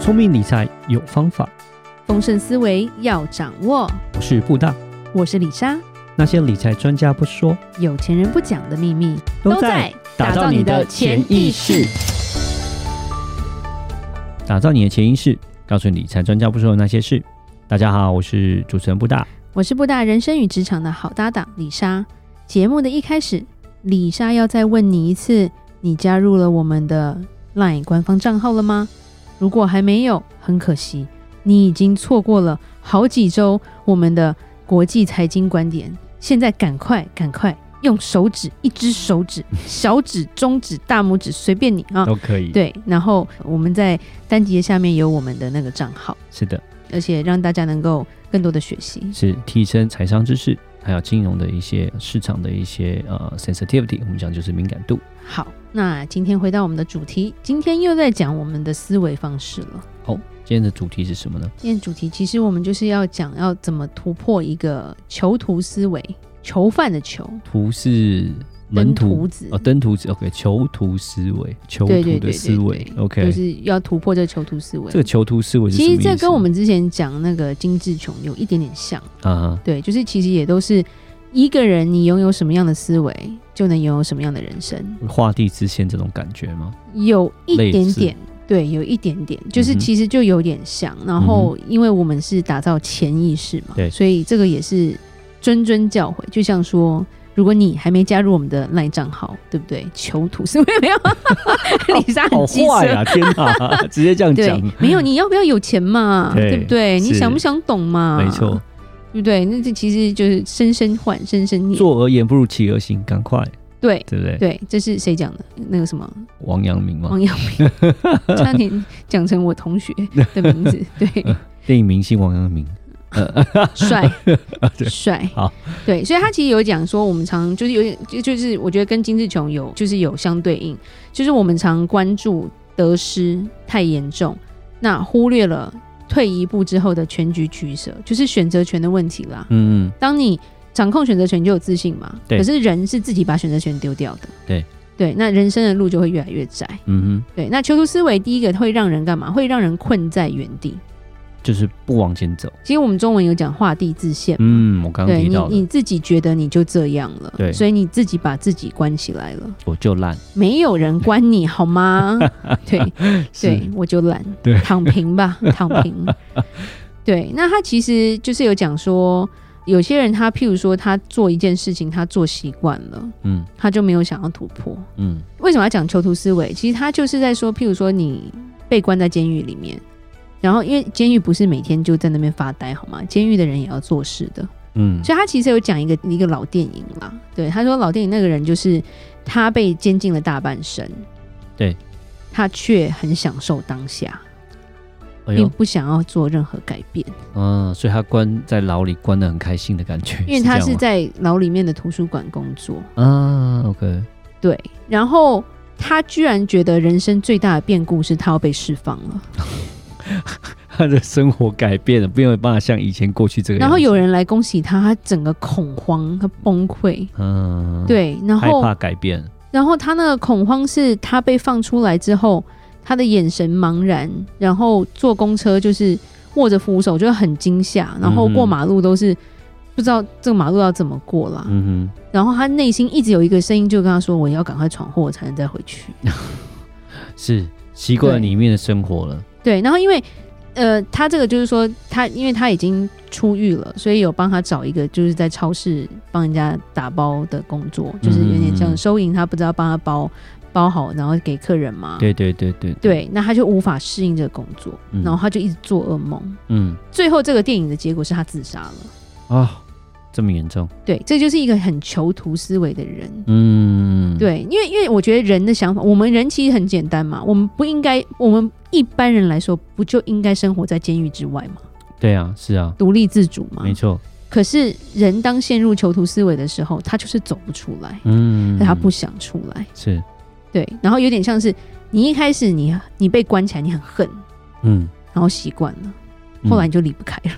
聪明理财有方法，丰盛思维要掌握。我是布大。我是李莎，那些理财专家不说，有钱人不讲的秘密打造你的潜意识。，打造你的潜意识，告诉你理财专家不说的那些事。大家好，我是主持人布大。我是布大人生与职场的好搭档李莎。节目的一开始，李莎要再问你一次：你加入了我们的 LINE 官方账号了吗？如果还没有，很可惜，你已经错过了好几周我们的国际财经观点。现在赶快，赶快！用手指，一只手指、小指、中指、大拇指，随便你啊！都可以，，对，然后我们在单集的下面有我们的那个账号，是的，而且让大家能够更多的学习。是提升财商知识，还有金融的一些市场的一些呃 sensitivity，我们讲就是敏感度。好，那今天回到我们的主题，今天又在讲我们的思维方式了。哦，今天的主题是什么呢？今天主题其实我们就是要讲要怎么突破一个囚徒思维，囚犯的囚，图是门门徒徒子。哦，登徒子 OK，囚徒思维，囚对对徒对的对思维对 OK，就是要突破这个囚徒思维这。个囚徒思维是其什实么意这思跟我们之前讲那个精致穷有一点点像。啊对，就是其实也都是一个人，你拥有什么样的思维，就能拥有什么样的人生，画地自限这种感觉吗？有一类点似点。对，有一点点，就是嗯哼嗯其实就有点像。然后，因为我们是打造潜意识嘛，对所以这个也是谆谆教诲。就像说，如果你还没加入我们的赖账号，对不对？囚徒是没有没 有，李莎很好机车。坏啊！天哪， 直接这样对讲，，没有你要不要有钱嘛？对对不对？你是想不想懂嘛？没错，，对不对？那这其实就是深深换，深深念。坐而言不如起而行，赶快，对，对不对？对，这是谁讲的？那个什么王阳明嘛王，阳明， 差点讲成我同学的名 字。对，电影明星王阳明，帅啊对帅，好，对，所以他其实有讲说，我们常就是有点，就就是我觉得跟金志琼有就是有相对应，就是我们常关注得失太严重，那忽略了退一步之后的全局取舍，就是选择权的问题啦。嗯，嗯当你掌控选择权，就有自信嘛。对可是人是自己把选择权丢掉的。对。对，那人生的路就会越来越窄。嗯对，那囚徒思维第一个会让人干嘛？会让人困在原地。哼，就是不往前走。其实我们中文有讲画地自限，嗯，我刚刚对提你到的，你自己觉得你就这样了，对所以你自己把自己关起来了，我就烂，没有人关你好吗？ 对对，我就懒，对躺平吧，躺 平。对，那他其实就是有讲说，有些人他譬如说他做一件事情，他做习惯了，嗯他就没有想要突破。嗯，为什么要讲囚徒思维？其实他就是在说，譬如说你被关在监狱里面，然后因为监狱不是每天就在那边发呆好吗？监狱的人也要做事的，嗯所以他其实有讲一个一个老电影啦。对，他说老电影那个人就是他被监禁了大半生，对，他却很享受当下，哎并呦，不想要做任何改变，嗯，所以他关在牢里关的很开心的感觉，因为他这是样吗在牢里面的图书馆工作。啊，OK，对，然后他居然觉得人生最大的变故是他要被释放了。他的生活改变了，没有办法像以前过去这个样然子。后有人来恭喜他，他整个恐慌，他崩溃。嗯，，对，然害后怕改变，然后他那个恐慌是他被放出来之后，他的眼神茫然，然后坐公车就是握着扶手，就很惊吓，然后嗯哼过马路都是不知道这个马路要怎么过啦。嗯然后他内心一直有一个声音就跟他说：“我要赶快闯祸，我才能再回去。”哼，是习惯了对里面的生活了，对，然后因为呃，他这个就是说他，因为他已经出狱了，所以有帮他找一个就是在超市帮人家打包的工作，就是有点嗯嗯像嗯收银，他不知道帮他包包好，然后给客人嘛。对对对对，对，那他就无法适应这个工作，嗯然后他就一直做噩梦。嗯最后这个电影的结果是他自杀了。啊，这么严重，对，这就是一个很囚徒思维的人。嗯，，对，因为因为我觉得人的想法，我们人其实很简单嘛，我们不应该，我们一般人来说，不就应该生活在监狱之外吗？对啊，是啊，独立自主嘛。没错，可是人当陷入囚徒思维的时候，他就是走不出来，嗯，他不想出来。是，对，然后有点像是你一开始你你被关起来，你很恨，嗯，然后习惯了，嗯后来你就离不开了，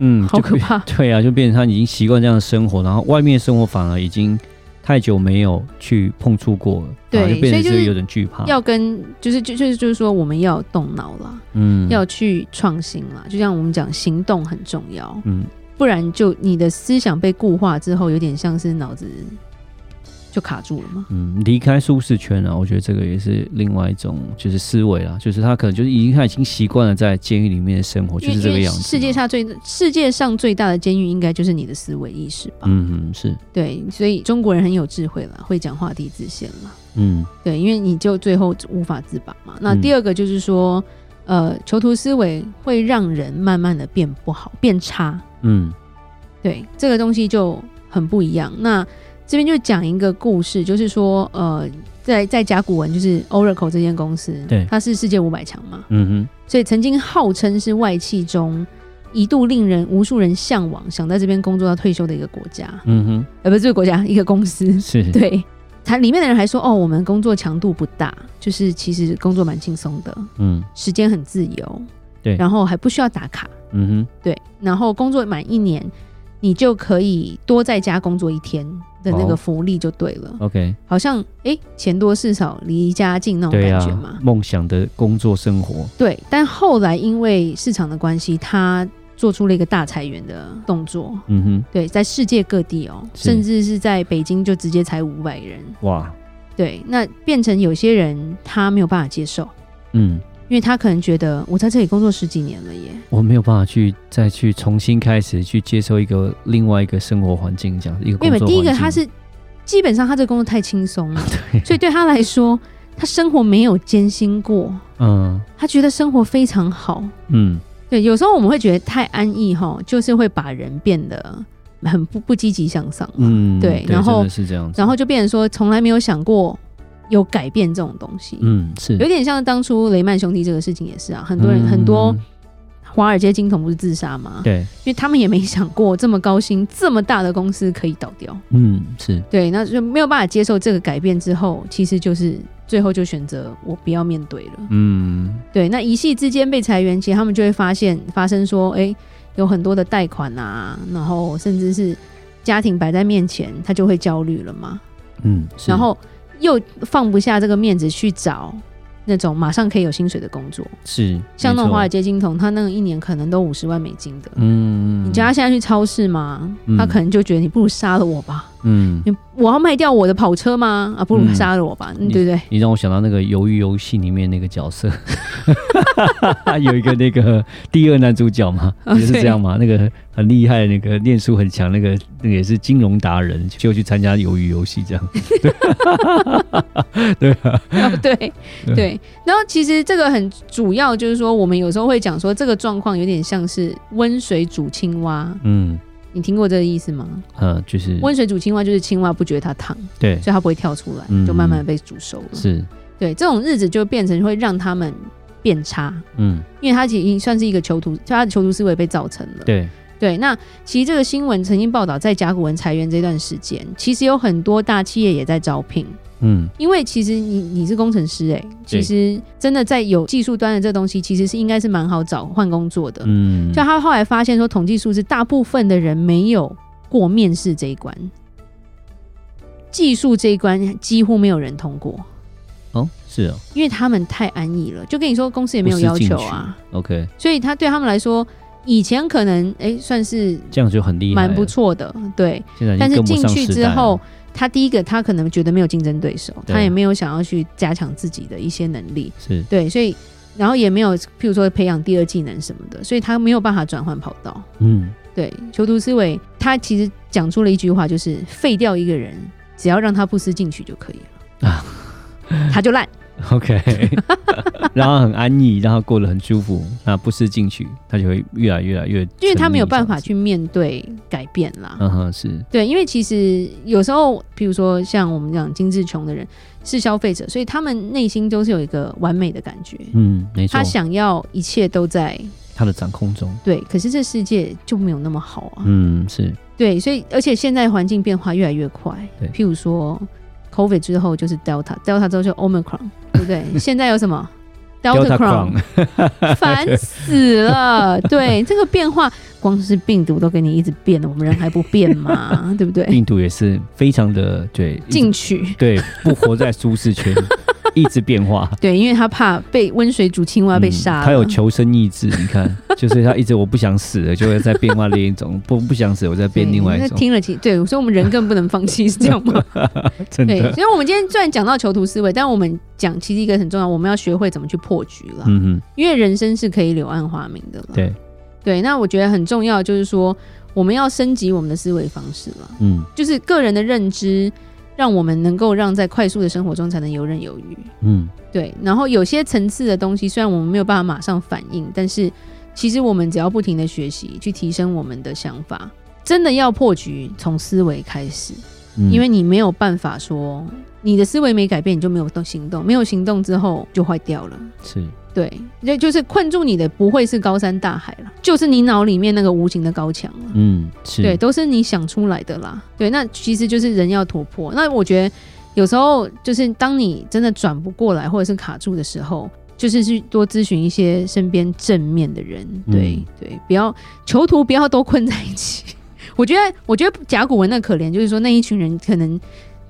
嗯，好就可变 怕。对啊，就变成他已经习惯这样的生活，然后外面的生活反而已经。太久没有去碰触过了，对啊就变所成以就是有点惧怕。要跟就是就就是就是说我们要动脑啦，嗯要去创新啦，就像我们讲行动很重要，嗯不然就你的思想被固化之后，有点像是脑子就卡住了嘛。嗯，离开舒适圈啊，我觉得这个也是另外一种就是思维啦，就是他可能就是已经他已经习惯了在监狱里面的生活，就因为是这个样子啊因嘛。为世界上最世界上最大的监狱应该就是你的思维意识吧？嗯嗯是对，所以中国人很有智慧啦，会讲话题自限啦。嗯对，因为你就最后无法自拔嘛。那嗯第二个就是说，呃，囚徒思维会让人慢慢的变不好、变差。嗯对，这个东西就很不一样。那这边就讲一个故事，就是说，呃，在在甲骨文就是 Oracle 这间公司，对它是世界五百强嘛，嗯所以曾经号称是外企中一度令人无数人向往，想在这边工作到退休的一个国家，哼嗯哼呃，不是这个国家，一个公司。 是对，它里面的人还说，哦，我们工作强度不大，就是其实工作蛮轻松的，嗯时间很自由，对然后还不需要打卡，嗯哼对，然后工作满一年，你就可以多在家工作一天的那个哦福利就对了， OK 好像哎、诶钱多事少，离家近那种对感啊觉嘛，，梦想的工作生活对，但后来因为市场的关系，他做出了一个大裁员的动作。嗯对，在世界各地哦，是甚至是在北京就直接裁五百人。哼哇对，那变成有些人他没有办法接受，嗯因为他可能觉得我在这里工作十几年了耶，我没有办法去再去重新开始去接受一个另外一个生活环境这样一个因工为作第一个环境他是基本上他这个工作太轻松了，所以对他来说，他生活没有艰辛过，嗯他觉得生活非常好。嗯对，有时候我们会觉得太安逸哈，就是会把人变得很不不积极向上。嗯对然后真的是这样子，然后就变成说从来没有想过有改变这种东西，嗯是有点像当初雷曼兄弟这个事情也是啊，很多嗯人、很多华尔街金童不是自杀吗？对因为他们也没想过这么高薪、这么大的公司可以倒掉，嗯是对，那就没有办法接受这个改变之后，其实就是最后就选择我不要面对了。嗯对，那一夕之间被裁员，其实他们就会发现发生说，哎、有很多的贷款啊，然后甚至是家庭摆在面前，他就会焦虑了嘛。嗯是然后又放不下这个面子去找那种马上可以有薪水的工作，是像那种华尔街街金童，他那个一年可能都五十万美金的。嗯你叫他现在去超市吗？嗯他可能就觉得你不如杀了我吧，嗯你我要卖掉我的跑车吗？啊，不如嗯杀了我吧，嗯对不对？你让我想到那个《鱿鱼游戏》里面那个角色， 有一个那个第二男主角嘛，啊也是对这样嘛。那个很厉害，那个念书很强，那个那个也是金融达人，就去参加鱿鱼游戏这样。对 对啊，啊， 对对。然后其实这个很主要就是说，我们有时候会讲说，这个状况有点像是温水煮青蛙，嗯你听过这个意思吗？呃，就是温水煮青蛙就是青蛙不觉得它烫，对所以它不会跳出来，嗯就慢慢地被煮熟了。是对，这种日子就变成会让他们变差，嗯因为他其实已经算是一个囚徒，就他的囚徒思维被造成了。对对那其实这个新闻曾经报道，在甲骨文裁员这段时间，其实有很多大企业也在招聘，嗯因为其实你你是工程师诶、其对实真的在有技术端的这东西，其实是应该是蛮好找换工作的。嗯就他后来发现说，统计数字，大部分的人没有过面试这一关，技术这一关几乎没有人通过。哦是哦因为他们太安逸了，就跟你说公司也没有要求啊， ，OK，所以他对他们来说，以前可能哎、诶算是这样就很厉害了，蛮不错的，对。现在已经但是跟不进上去时之代了后，，他第一个他可能觉得没有竞争对手，对他也没有想要去加强自己的一些能力，是对，所以然后也没有譬如说培养第二技能什么的，所以他没有办法转换跑道。嗯对，囚徒思维，他其实讲出了一句话，就是废掉一个人，只要让他不思进取就可以了， 啊他就烂。 OK，让 他很安逸，让他过得很舒服，那不思进取，他就会越来越来越，因为他没有办法。去面对改变啦。嗯哼，是，对，因为其实有时候，比如说像我们讲精致穷的人是消费者，所以他们内心都是有一个完美的感觉，嗯，没错他，想要一切都在他的掌控中，对，可是这世界就没有那么好啊。嗯，是，对，所以而且现在环境变化越来越快对，譬如说 COVID 之后就是 Delta，Delta 之后就 Omicron，对不对？ 现在有什 么 Delta Crown？ Crown 烦死了！对这个变化，光是病毒都给你一直变了，我们人还不变 吗？对不对？病毒也是非常的对一直进取，对不活在舒适 圈，一直变化。对，因为他怕被温水煮青蛙被杀嗯了、他有求生意志，你看，就是他一直我不想死了，就会再变化另一 种；不不想死，我再变对另外一那种。听了其对，所以我们人更不能放弃，是这 样吗？真对，的，所以我们今天虽然讲到囚徒思维，但我们讲其实一个很重要，我们要学会怎么去破局了，嗯因为人生是可以柳暗花明的了。哼，对，对，那我觉得很重要就是说，我们要升级我们的思维方式了，嗯就是个人的认知，让我们能够让在快速的生活中才能游刃有余。嗯对，然后有些层次的东西，虽然我们没有办法马上反应，但是其实我们只要不停的学习，去提升我们的想法，真的要破局，从思维开始，嗯，因为你没有办法说你的思维没改变，你就没有动行动，没有行动之后就坏掉了。是对，就就是困住你的不会是高山大海了，就是你脑里面那个无形的高墙了。嗯是，对，都是你想出来的啦。对，那其实就是人要突破。那我觉得有时候就是当你真的转不过来或者是卡住的时候，就是去多咨询一些身边正面的人。对、嗯对，不要囚徒不要都困在一起。 我觉得，我觉得甲骨文那可怜，就是说那一群人可能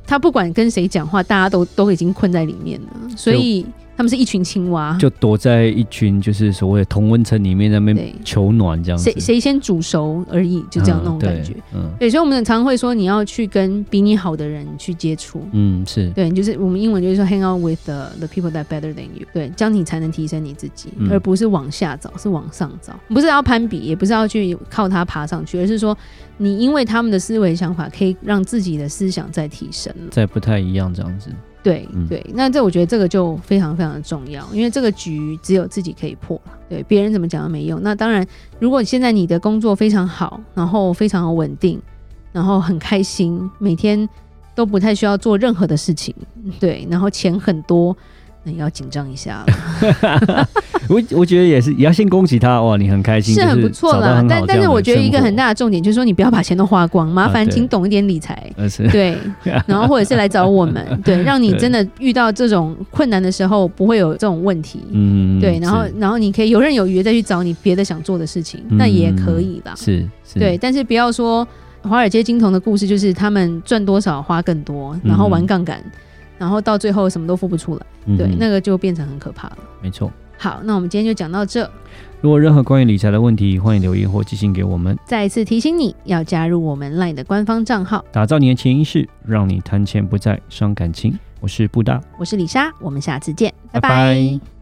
他不管跟谁讲话，大家都都已经困在里面了，所以他们是一群青蛙。就躲在一群就是所谓的同温层里面在那边对，求暖这样子谁，谁先煮熟而已，就这样那嗯种感觉。，对嗯对，所以我们常会说，你要去跟比你好的人去接触。嗯是，对，就是我们英文就是说 hang out with the the people that better than you。对，这样你才能提升你自己，嗯而不是往下找，是往上找。不是要攀比，也不是要去靠他爬上去，而是说你因为他们的思维想法，可以让自己的思想再提升了。在不太一样这样子，对、嗯对，那这我觉得这个就非常非常的重要，因为这个局只有自己可以破了，对别人怎么讲都没用。那当然，如果现在你的工作非常好，然后非常稳定，然后很开心，每天都不太需要做任何的事情，对，然后钱很多，那也要紧张一下了，我我觉得也是，也要先恭喜他哇，你很开心，是很不错啦。但但是我觉得一个很大，大的重点就是说，你不要把钱都花光，麻啊烦对请懂一点理财。呃是对，然后或者是来找我们，对，让你真的遇到这种困难的时候不会有这种问题。 嗯对，然后是然后你可以游刃有余地再去找你别的想做的事情，嗯那也可以啦。是是对，但是不要说华尔街金童的故事，就是他们赚多少花更多，然后玩杠杆，然后到最后什么都付不出来，对，嗯那个就变成很可怕了。没错。好，那我们今天就讲到这。如果任何关于理财的问题，欢迎留言或寄信给我们。再一次提醒你要加入我们 LINE 的官方账号，打造你的潜意识，让你谈钱不再伤感情。我是布大，我是李莎，我们下次见，拜拜拜拜